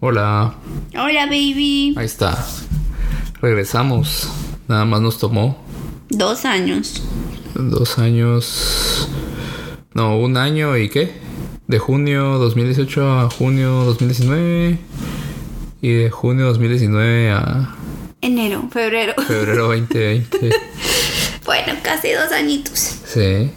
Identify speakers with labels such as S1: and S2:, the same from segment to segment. S1: Hola,
S2: Hola, baby.
S1: ahí está. Regresamos. Nada más nos tomó
S2: Dos años.
S1: dos años. No, un año y qué? De junio 2018 a junio 2019. Y de junio 2019 a
S2: Enero, febrero.
S1: febrero 2020.
S2: Bueno, casi dos añitos.
S1: Sí.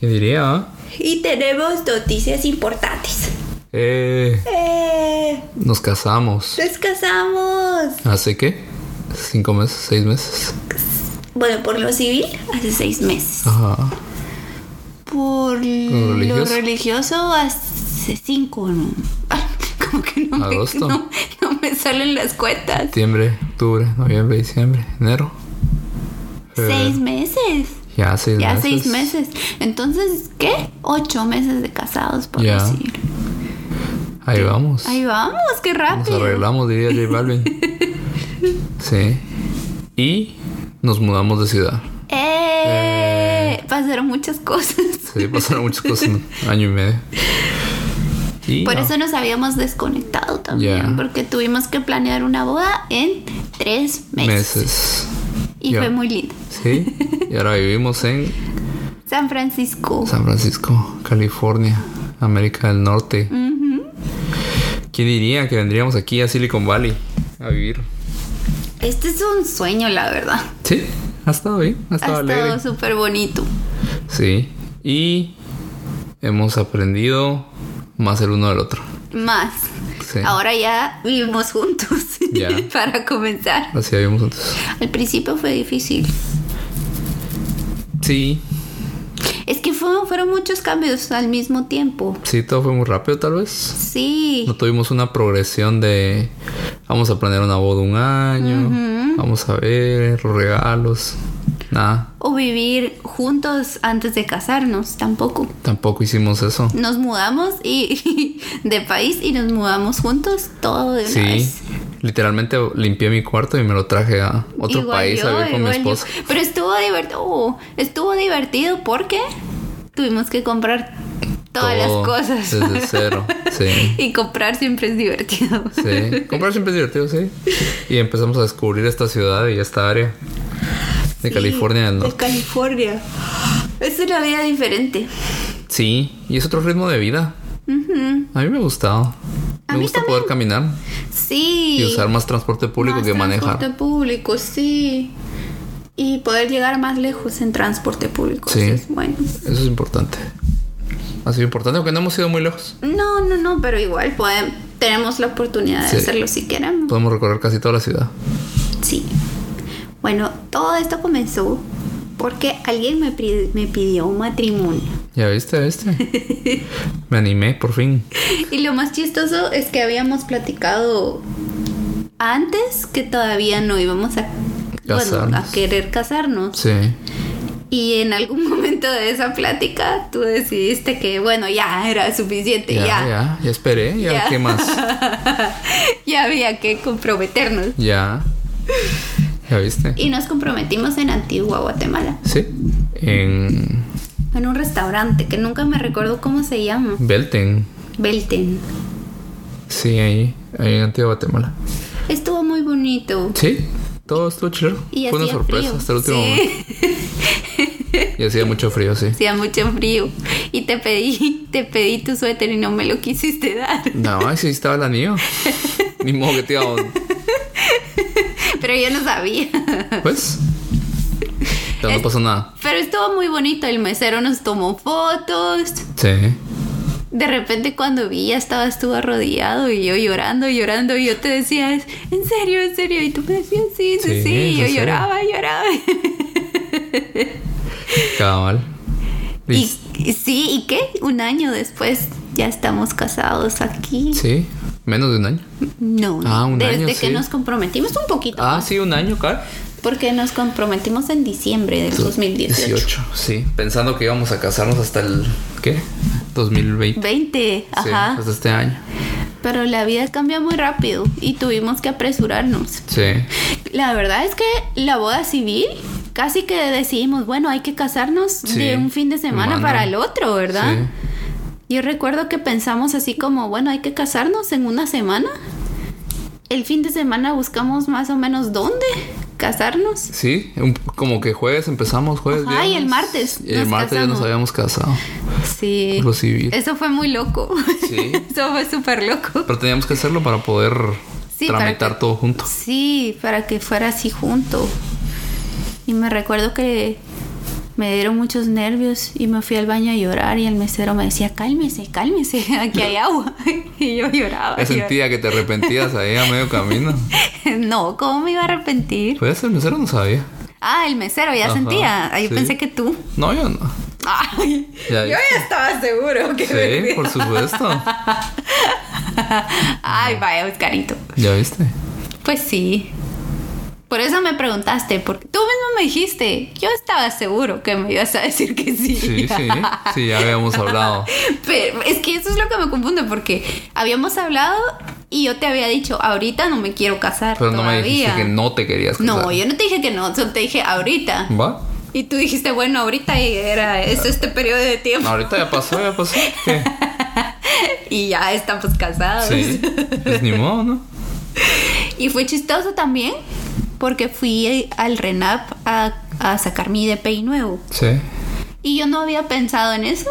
S1: ¿Quién diría? ah?
S2: Y tenemos noticias importantes.
S1: Eh,
S2: ¡Eh!
S1: nos casamos.
S2: ¡Nos casamos!
S1: ¿Hace qué? ¿Cinco meses? ¿Seis meses?
S2: Bueno, por lo civil, hace seis meses.
S1: Ajá.
S2: Por
S1: ¿Lo
S2: lo religioso,
S1: religioso?
S2: hace cinco. ¿no? Ah, Como que no me,
S1: Agosto.
S2: no- no me salen las cuentas.
S1: Septiembre, octubre, noviembre, diciembre, enero. febrero.
S2: Seis meses.
S1: Ya seis
S2: Ya
S1: meses.
S2: seis meses. Entonces, ¿qué? Ocho meses de casados, por
S1: Ya.
S2: lo civil.
S1: Ahí vamos.
S2: Ahí vamos, qué
S1: Nos
S2: rápido.
S1: arreglamos, diría J Balvin. sí. Y nos mudamos de ciudad.
S2: ¡Eh! Pasaron muchas cosas.
S1: Sí, pasaron muchas cosas en un año y medio. Y
S2: Por
S1: no,
S2: eso nos habíamos desconectado también,
S1: Ya.
S2: porque tuvimos que planear una boda en tres meses.
S1: meses.
S2: Y
S1: Ya.
S2: fue muy lindo.
S1: Sí. Y ahora vivimos en
S2: San Francisco.
S1: San Francisco, California, América del Norte. ¿Quién diría que vendríamos aquí a Silicon Valley a vivir?
S2: Este es un sueño, la verdad.
S1: Sí, ha estado bien, ha
S2: Ha
S1: estado alegre.
S2: estado súper bonito.
S1: Sí, y hemos aprendido más el uno del otro.
S2: Más.
S1: Sí.
S2: Ahora ya vivimos juntos.
S1: Ya.
S2: para comenzar.
S1: Así habíamos antes.
S2: Al principio fue difícil.
S1: Sí,
S2: Es que fue- fueron muchos cambios al mismo tiempo.
S1: sí, todo fue muy rápido tal vez.
S2: Sí.
S1: No tuvimos una progresión de vamos a aprender una boda un año, vamos a ver los regalos. Nada,
S2: O vivir juntos antes de casarnos, tampoco.
S1: tampoco hicimos eso.
S2: Nos mudamos y de país y nos mudamos juntos todo de una
S1: Sí,
S2: vez.
S1: literalmente limpié mi cuarto y me lo traje a otro
S2: Igual
S1: país
S2: yo,
S1: a vivir con mi
S2: igual yo.
S1: esposa.
S2: Pero estuvo divertido, estuvo divertido porque tuvimos que comprar
S1: Todo
S2: todas las cosas.
S1: Desde cero, sí.
S2: y comprar siempre es divertido.
S1: Sí, comprar siempre es divertido, sí. Y empezamos a descubrir esta ciudad y esta área de California del
S2: De
S1: norte.
S2: California. Es una vida diferente.
S1: Sí, y es otro ritmo de vida.
S2: Ujú.
S1: A mí me ha gustado.
S2: A
S1: Me
S2: mí
S1: gusta poder caminar
S2: Sí.
S1: y usar más transporte público
S2: Más
S1: que manejar.
S2: Transporte público, sí. Y poder llegar más lejos en transporte público.
S1: Sí.
S2: eso es bueno.
S1: Eso es importante. Ha sido importante aunque no hemos ido muy lejos.
S2: No, no, no, pero igual podemos, tenemos la oportunidad de
S1: Sí. Pues
S2: hacerlo si queremos.
S1: Podemos recorrer casi toda la ciudad.
S2: Sí. Bueno, todo esto comenzó porque alguien me, pri- me pidió un matrimonio.
S1: ¿Ya viste, viste? Me animé, por fin.
S2: Y lo más chistoso es que habíamos platicado antes que todavía no íbamos a, bueno,
S1: Casarnos.
S2: a querer casarnos.
S1: Sí.
S2: Y en algún momento de esa plática tú decidiste que, bueno, ya era suficiente,
S1: Ya,
S2: ya,
S1: ya,
S2: ya,
S1: ya, esperé. Ya,
S2: Ya.
S1: ¿qué más?
S2: había que comprometernos.
S1: Ya. ¿Ya viste?
S2: Y nos comprometimos en Antigua Guatemala,
S1: Sí. En
S2: en un restaurante que nunca me recuerdo cómo se llama,
S1: Belten.
S2: Belten.
S1: Sí, ahí, ahí en Antigua Guatemala.
S2: Estuvo muy bonito.
S1: Sí, todo estuvo chido.
S2: Y
S1: Fue una
S2: hacía
S1: sorpresa
S2: frío.
S1: hasta el último
S2: Sí,
S1: momento. Y hacía mucho frío, sí.
S2: hacía mucho frío. Y te pedí, te pedí tu suéter y no me lo quisiste dar.
S1: No, ahí sí estaba el anillo. Ni modo que te iba a-
S2: Pero yo no sabía.
S1: Pues. Ya no pasó nada.
S2: Pero estuvo muy bonito. El mesero nos tomó fotos.
S1: Sí.
S2: De repente cuando vi ya estabas tú arrodillado y yo llorando, llorando, y yo te decía, "Es- en serio, en serio, y tú me decías, sí, sí,
S1: Sí,
S2: sí,
S1: es
S2: y yo
S1: en serio.
S2: lloraba, lloraba.
S1: Cabal.
S2: Y,
S1: Listo.
S2: y sí, ¿y qué? Un año después ya estamos casados aquí.
S1: Sí. Menos de un año.
S2: No, no.
S1: Ah, un
S2: desde
S1: año,
S2: que
S1: sí.
S2: nos comprometimos un poquito,
S1: Ah, sí, un año, Carl.
S2: porque nos comprometimos en diciembre del 2018.
S1: 18, sí. Pensando que íbamos a casarnos hasta el. ¿Qué? 2020.
S2: 20,
S1: Sí,
S2: ajá.
S1: hasta este año.
S2: Pero la vida cambia muy rápido y tuvimos que apresurarnos.
S1: Sí.
S2: La verdad es que la boda civil casi que decidimos, bueno, hay que casarnos
S1: Sí,
S2: de un fin de semana
S1: semana.
S2: para el otro, ¿verdad?
S1: Sí.
S2: Yo recuerdo que pensamos así como, bueno, hay que casarnos en una semana el fin de semana buscamos más o menos dónde casarnos.
S1: Sí, un- como que jueves empezamos, jueves.
S2: Ajá, y
S1: viernes,
S2: el martes
S1: y el
S2: nos
S1: martes ya
S2: casamos.
S1: nos habíamos casado.
S2: Sí.
S1: Por lo civil.
S2: Eso fue muy loco.
S1: Sí.
S2: Eso fue súper loco.
S1: Pero teníamos que hacerlo para poder
S2: Sí, para
S1: tramitar
S2: que-
S1: todo junto.
S2: Sí, para que fuera así junto. Y me recuerdo que me dieron muchos nervios y me fui al baño a llorar y el mesero me decía, cálmese, cálmese, aquí hay agua. Y yo lloraba.
S1: Ya
S2: y
S1: sentía que te arrepentías ahí a medio camino.
S2: lloraba. No, ¿cómo me iba a arrepentir?
S1: Pues el mesero no sabía.
S2: Ah, el mesero ya
S1: Ajá,
S2: sentía. Ah, Yo
S1: sí.
S2: pensé que tú.
S1: No, yo no.
S2: Ay,
S1: Ya
S2: yo ya estaba seguro que
S1: Sí,
S2: me-
S1: por supuesto.
S2: Ay, vaya, Oscarito.
S1: Ya viste.
S2: Pues sí. Por eso me preguntaste, porque tú mismo me dijiste, yo estaba seguro que me ibas a decir que sí.
S1: Sí, sí. Sí, ya habíamos hablado.
S2: Pero es que eso es lo que me confunde, porque habíamos hablado y yo te había dicho, ahorita no me quiero casar.
S1: Pero no me dijiste
S2: todavía".
S1: que no te querías casar.
S2: No, yo no te dije que no, solo te dije ahorita.
S1: ¿Va?
S2: Y tú dijiste, bueno, ahorita y era, es este periodo de tiempo.
S1: Ahorita ya pasó, ya pasó. ¿Qué?
S2: Y ya estamos casados.
S1: Sí. Pues ni modo, ¿no?
S2: Y fue chistoso también, porque fui al RENAP a, a sacar mi DPI nuevo.
S1: Sí.
S2: Y yo no había pensado en eso.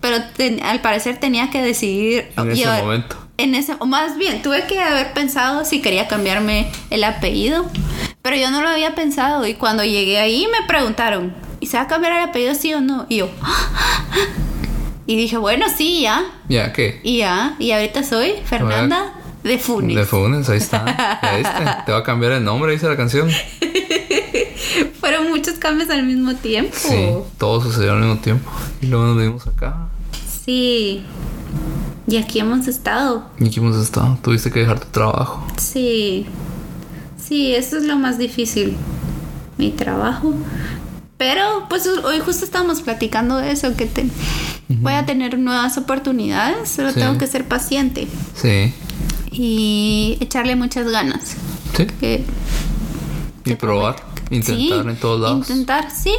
S2: Pero ten- al parecer tenía que decidir.
S1: En ese
S2: llevar-
S1: momento.
S2: En ese, o más bien, tuve que haber pensado si quería cambiarme el apellido. Pero yo no lo había pensado. Y cuando llegué ahí me preguntaron: ¿Y se va a cambiar el apellido sí o no? Y yo. Y dije: Bueno, sí, ya.
S1: ¿Ya qué?
S2: Y ya. Y ahorita soy Fernanda de Funes.
S1: De Funes, ahí está. Ya viste. Te va a cambiar el nombre, dice la canción.
S2: Fueron muchos cambios al mismo tiempo.
S1: Sí.
S2: Oh.
S1: Todo sucedió al mismo tiempo. Y luego nos vimos acá.
S2: Sí. Y aquí hemos estado.
S1: ¿Y qué hemos estado? Tuviste que dejar tu trabajo.
S2: Sí. Sí, eso es lo más difícil. Mi trabajo. Pero pues hoy justo estábamos platicando de eso, que te voy a tener nuevas oportunidades, solo
S1: Sí.
S2: tengo que ser paciente
S1: Sí.
S2: y echarle muchas ganas.
S1: Sí.
S2: Que
S1: Y probar. Intentar
S2: Sí,
S1: en todos lados.
S2: Intentar, sí.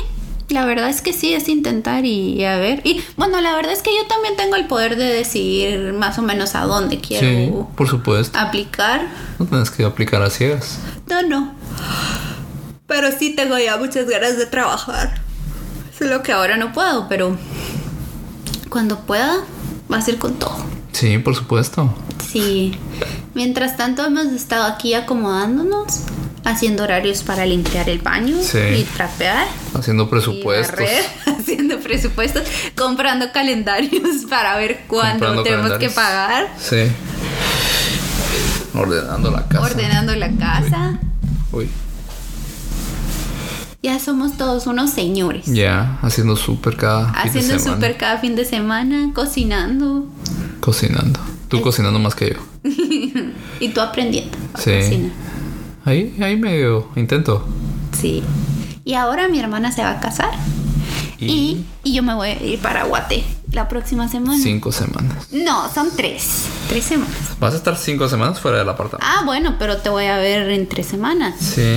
S2: La verdad es que sí, es intentar y, y a ver. Y bueno, la verdad es que yo también tengo el poder de decidir más o menos a dónde
S1: Sí,
S2: quiero
S1: por supuesto.
S2: aplicar.
S1: No tienes que aplicar a ciegas.
S2: No, no. Pero sí tengo ya muchas ganas de trabajar. Solo que ahora no puedo, pero cuando pueda, va a ser con todo.
S1: Sí, por supuesto.
S2: Sí. Mientras tanto hemos estado aquí acomodándonos, haciendo horarios para limpiar el baño
S1: Sí.
S2: y trapear.
S1: Haciendo
S2: y
S1: presupuestos.
S2: barrer, haciendo presupuestos, comprando calendarios para ver cuándo
S1: comprando
S2: tenemos que
S1: calendarios.
S2: pagar,
S1: Sí. Ordenando la casa.
S2: ordenando la casa.
S1: Uy.
S2: Ya somos todos unos señores.
S1: Ya, haciendo súper cada fin de
S2: Haciendo
S1: semana.
S2: súper cada fin de semana, cocinando
S1: Cocinando. Tú cocinando más que yo.
S2: y tú aprendiendo a
S1: Sí.
S2: cocinar.
S1: Ahí, ahí medio intento.
S2: Sí. Y ahora mi hermana se va a casar y, y yo me voy a ir para Guate la próxima semana.
S1: Cinco semanas.
S2: No, son tres. Tres semanas.
S1: Vas a estar cinco semanas fuera del apartamento.
S2: Ah, bueno, pero te voy a ver en tres semanas.
S1: Sí.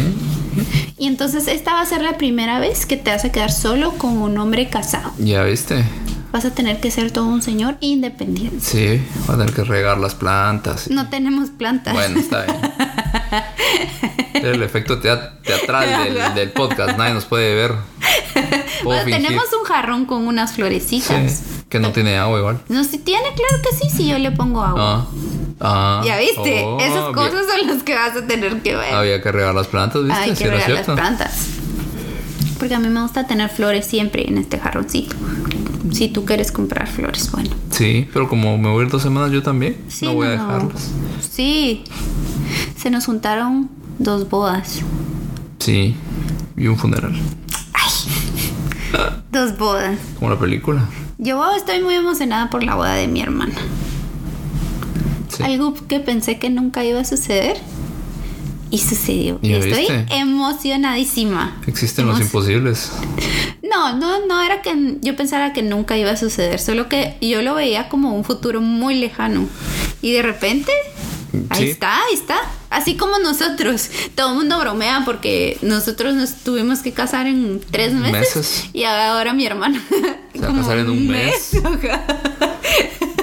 S2: Y entonces esta va a ser la primera vez que te vas a quedar solo con un hombre casado.
S1: Ya viste.
S2: Vas a tener que ser todo un señor independiente.
S1: Sí. Va a tener que regar las plantas.
S2: No tenemos plantas.
S1: Bueno, está bien. Era el efecto tea- teatral del, del podcast. Nadie nos puede ver. Puedo
S2: Bueno,
S1: fingir.
S2: tenemos un jarrón con unas florecitas.
S1: Sí, que no tiene agua igual.
S2: No, si tiene, claro que sí, si yo le pongo agua.
S1: Ah. Ah.
S2: Oh. Ya viste,
S1: Oh,
S2: esas
S1: había-
S2: cosas son las que vas a tener que ver.
S1: Había que regar las plantas, ¿viste?
S2: Hay
S1: Sí,
S2: que
S1: era
S2: regar las
S1: cierto.
S2: plantas. Porque a mí me gusta tener flores siempre en este jarroncito. Si tú quieres comprar flores, bueno.
S1: Sí, pero como me voy a ir dos semanas yo también,
S2: Sí,
S1: no voy a dejarlas.
S2: Sí. Se nos juntaron dos bodas.
S1: Sí, y un funeral,
S2: Dos bodas.
S1: como la película.
S2: Yo estoy muy emocionada por la boda de mi hermana.
S1: Sí.
S2: Algo que pensé que nunca iba a suceder. Y sucedió.
S1: ¿Ya
S2: Estoy
S1: viste?
S2: emocionadísima.
S1: Existen los
S2: Hemos-
S1: imposibles.
S2: No, no, no era que yo pensara que nunca iba a suceder, solo que yo lo veía como un futuro muy lejano. Y de repente, ahí
S1: Sí.
S2: está, ahí está. Así como nosotros. Todo el mundo bromea porque nosotros nos tuvimos que casar en tres meses.
S1: Meses.
S2: Y ahora mi hermana.
S1: Se va a casar en un mes.
S2: ajá.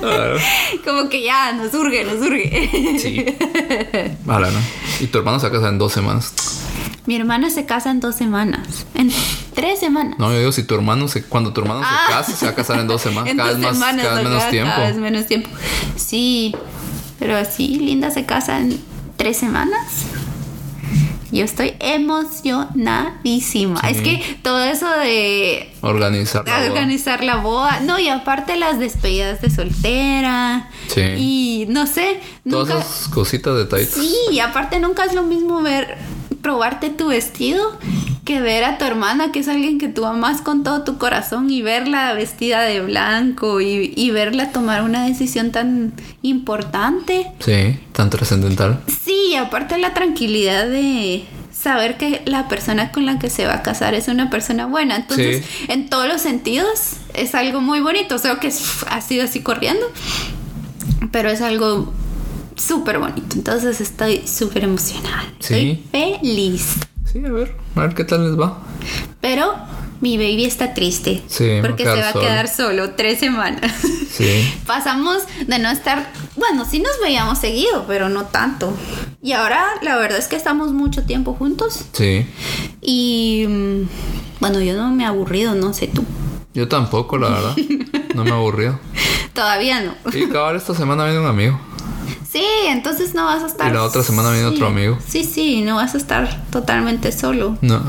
S1: Claro.
S2: Como que ya, nos urge, nos urge.
S1: Sí. Ahora, ¿no? Y tu hermano se casa en dos semanas.
S2: Mi hermana se casa en dos semanas. En tres semanas.
S1: No, yo digo, si tu hermano se, cuando tu hermano
S2: Ah.
S1: se casa, se va a casar en dos semanas.
S2: En
S1: cada
S2: dos
S1: vez más,
S2: semanas,
S1: cada vez menos
S2: ¿verdad?
S1: tiempo.
S2: Cada vez menos tiempo. Sí, pero sí, Linda se casa en tres semanas. Yo estoy emocionadísima.
S1: Sí.
S2: Es que todo eso de
S1: Organizar. la boda.
S2: organizar la boda, no, y aparte las despedidas de soltera.
S1: Sí.
S2: Y no sé,
S1: Todas
S2: nunca...
S1: esas cositas, detallitos.
S2: Sí, y aparte nunca es lo mismo ver, probarte tu vestido que ver a tu hermana, que es alguien que tú amas con todo tu corazón, y verla vestida de blanco y, y verla tomar una decisión tan importante.
S1: Sí, tan trascendental.
S2: Sí, y aparte la tranquilidad de saber que la persona con la que se va a casar es una persona buena. Entonces,
S1: Sí.
S2: en todos los sentidos, es algo muy bonito. O sea, que es- ha sido así corriendo, pero es algo súper bonito. Entonces, estoy súper emocionada.
S1: Sí.
S2: Estoy feliz.
S1: Sí, a ver, a ver qué tal les va.
S2: Pero mi baby está triste.
S1: Sí, va a
S2: porque
S1: quedar
S2: se va
S1: solo.
S2: a quedar solo tres semanas.
S1: Sí.
S2: Pasamos de no estar, bueno, sí nos veíamos seguido, pero no tanto. Y ahora la verdad es que estamos mucho tiempo juntos
S1: Sí.
S2: y mm, bueno, yo no me he aburrido, no sé tú.
S1: Yo tampoco, la verdad. No me aburrió.
S2: Todavía no.
S1: Y cabal, esta semana viene un amigo.
S2: Sí, entonces no vas a estar.
S1: Y la otra semana viene
S2: sí.
S1: otro amigo.
S2: Sí, sí, no vas a estar totalmente solo,
S1: No,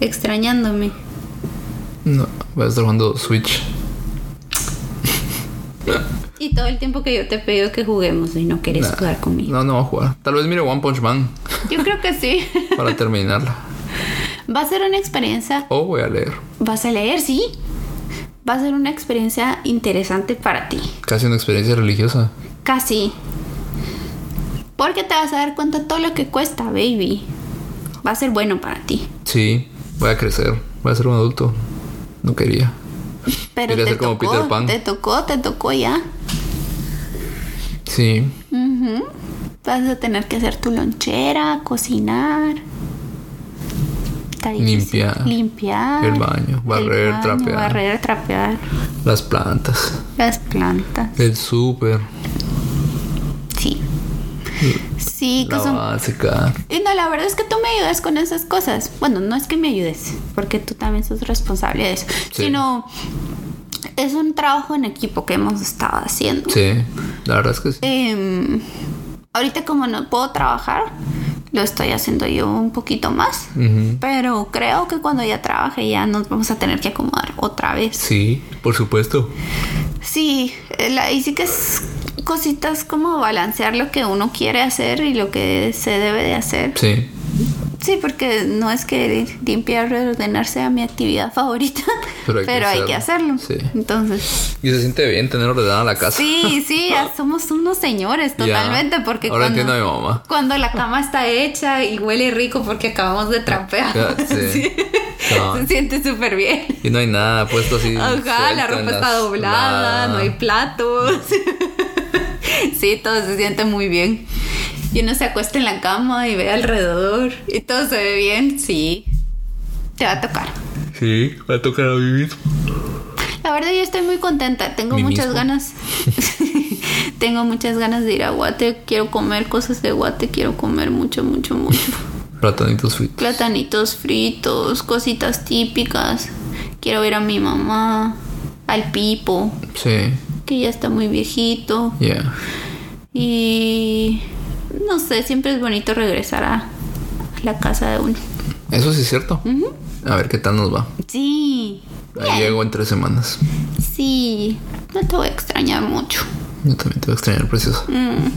S2: extrañándome.
S1: no. Voy a estar jugando Switch.
S2: Y todo el tiempo que yo te pido que juguemos y no quieres
S1: Nah.
S2: jugar conmigo.
S1: No, no va a jugar. Tal vez mire One Punch Man
S2: Yo creo que sí.
S1: para terminarla.
S2: Va a ser una experiencia
S1: O voy a leer.
S2: Vas a leer, sí. Va a ser una experiencia interesante para ti.
S1: Casi una experiencia religiosa.
S2: Casi. Porque te vas a dar cuenta todo lo que cuesta, baby. Va a ser bueno para ti.
S1: Sí, voy a crecer. Voy a ser un adulto. No quería.
S2: Pero
S1: Quería
S2: te
S1: ser como
S2: tocó,
S1: Peter Pan.
S2: te tocó, te tocó ya.
S1: Sí.
S2: Ujú. Vas a tener que hacer tu lonchera, cocinar. Está difícil.
S1: Limpiar.
S2: Limpiar.
S1: El baño, barrer,
S2: El baño,
S1: trapear.
S2: Barrer, trapear.
S1: Las plantas.
S2: Las plantas.
S1: El súper.
S2: Sí. Sí, que son
S1: La secar.
S2: Y no, la verdad es que tú me ayudas con esas cosas. Bueno, no es que me ayudes, porque tú también sos responsable de eso,
S1: Sí.
S2: sino es un trabajo en equipo que hemos estado haciendo.
S1: Sí, la verdad es que sí.
S2: Em, ahorita como no puedo trabajar, lo estoy haciendo yo un poquito más,
S1: Ujú.
S2: pero creo que cuando ya trabaje ya nos vamos a tener que acomodar otra vez.
S1: Sí, por supuesto.
S2: Sí, eh, la- y sí que es cositas como balancear lo que uno quiere hacer y lo que se debe de hacer.
S1: Sí.
S2: Sí, porque no es que limpiar o ordenar sea mi actividad favorita,
S1: Pero
S2: pero
S1: hay
S2: hay,
S1: que
S2: que
S1: hacerlo.
S2: hacerlo.
S1: Sí.
S2: Entonces,
S1: Y se siente bien tener ordenada la casa.
S2: sí, sí, ya somos unos señores
S1: Ya.
S2: totalmente, porque
S1: Ahora
S2: cuando,
S1: entiendo a mi mamá.
S2: cuando la cama está hecha y huele rico porque acabamos de trapear,
S1: Ya, sí.
S2: sí,
S1: No.
S2: se siente súper bien.
S1: Y no hay nada puesto así.
S2: Ajá, la
S1: suelto en
S2: ropa
S1: las-
S2: está doblada,
S1: la-
S2: no hay platos. sí, todo se siente muy bien. Y uno se acuesta en la cama y ve alrededor y todo se ve bien, sí. Te va a tocar.
S1: Sí, va a tocar a vivir.
S2: La verdad yo estoy muy contenta, tengo
S1: Mi
S2: muchas
S1: mismo.
S2: ganas. tengo muchas ganas de ir a Guate, quiero comer cosas de Guate, quiero comer mucho, mucho, mucho.
S1: Platanitos fritos.
S2: Platanitos fritos, cositas típicas. Quiero ver a mi mamá, al Pipo,
S1: Sí,
S2: que ya está muy viejito
S1: ya.
S2: y no sé, siempre es bonito regresar a a la casa de uno.
S1: Eso sí es cierto. A ver qué tal nos va.
S2: Sí.
S1: Ahí llego en tres semanas.
S2: Sí, no te voy a extrañar mucho.
S1: Yo también te voy a extrañar, preciosa.
S2: Mm.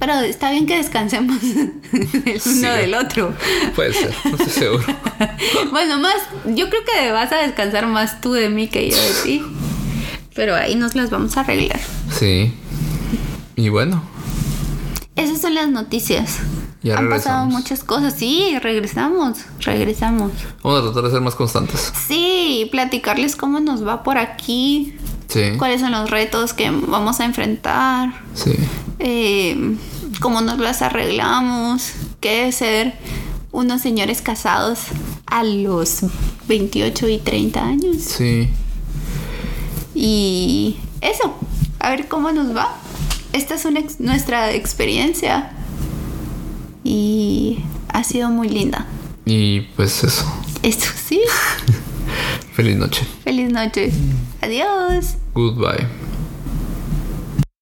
S2: Pero está bien que descansemos el uno
S1: Sí.
S2: del otro.
S1: Puede ser, no estoy seguro.
S2: Bueno, más, yo creo que vas a descansar más tú de mí que yo de ti. Pero ahí nos las vamos a arreglar.
S1: Sí. Y bueno,
S2: Esas son las noticias.
S1: Ya
S2: Han pasado
S1: regresamos.
S2: muchas cosas. Sí, regresamos, regresamos.
S1: vamos a tratar de ser más constantes.
S2: Sí, platicarles cómo nos va por aquí,
S1: Sí.
S2: cuáles son los retos que vamos a enfrentar,
S1: Sí.
S2: eh, cómo nos las arreglamos, qué es ser unos señores casados a los 28 y 30 años
S1: Sí.
S2: y eso, a ver cómo nos va. Esta es una ex- nuestra experiencia y ha sido muy linda.
S1: Y pues eso.
S2: Esto sí.
S1: Feliz noche.
S2: Feliz noche. Adiós.
S1: Goodbye.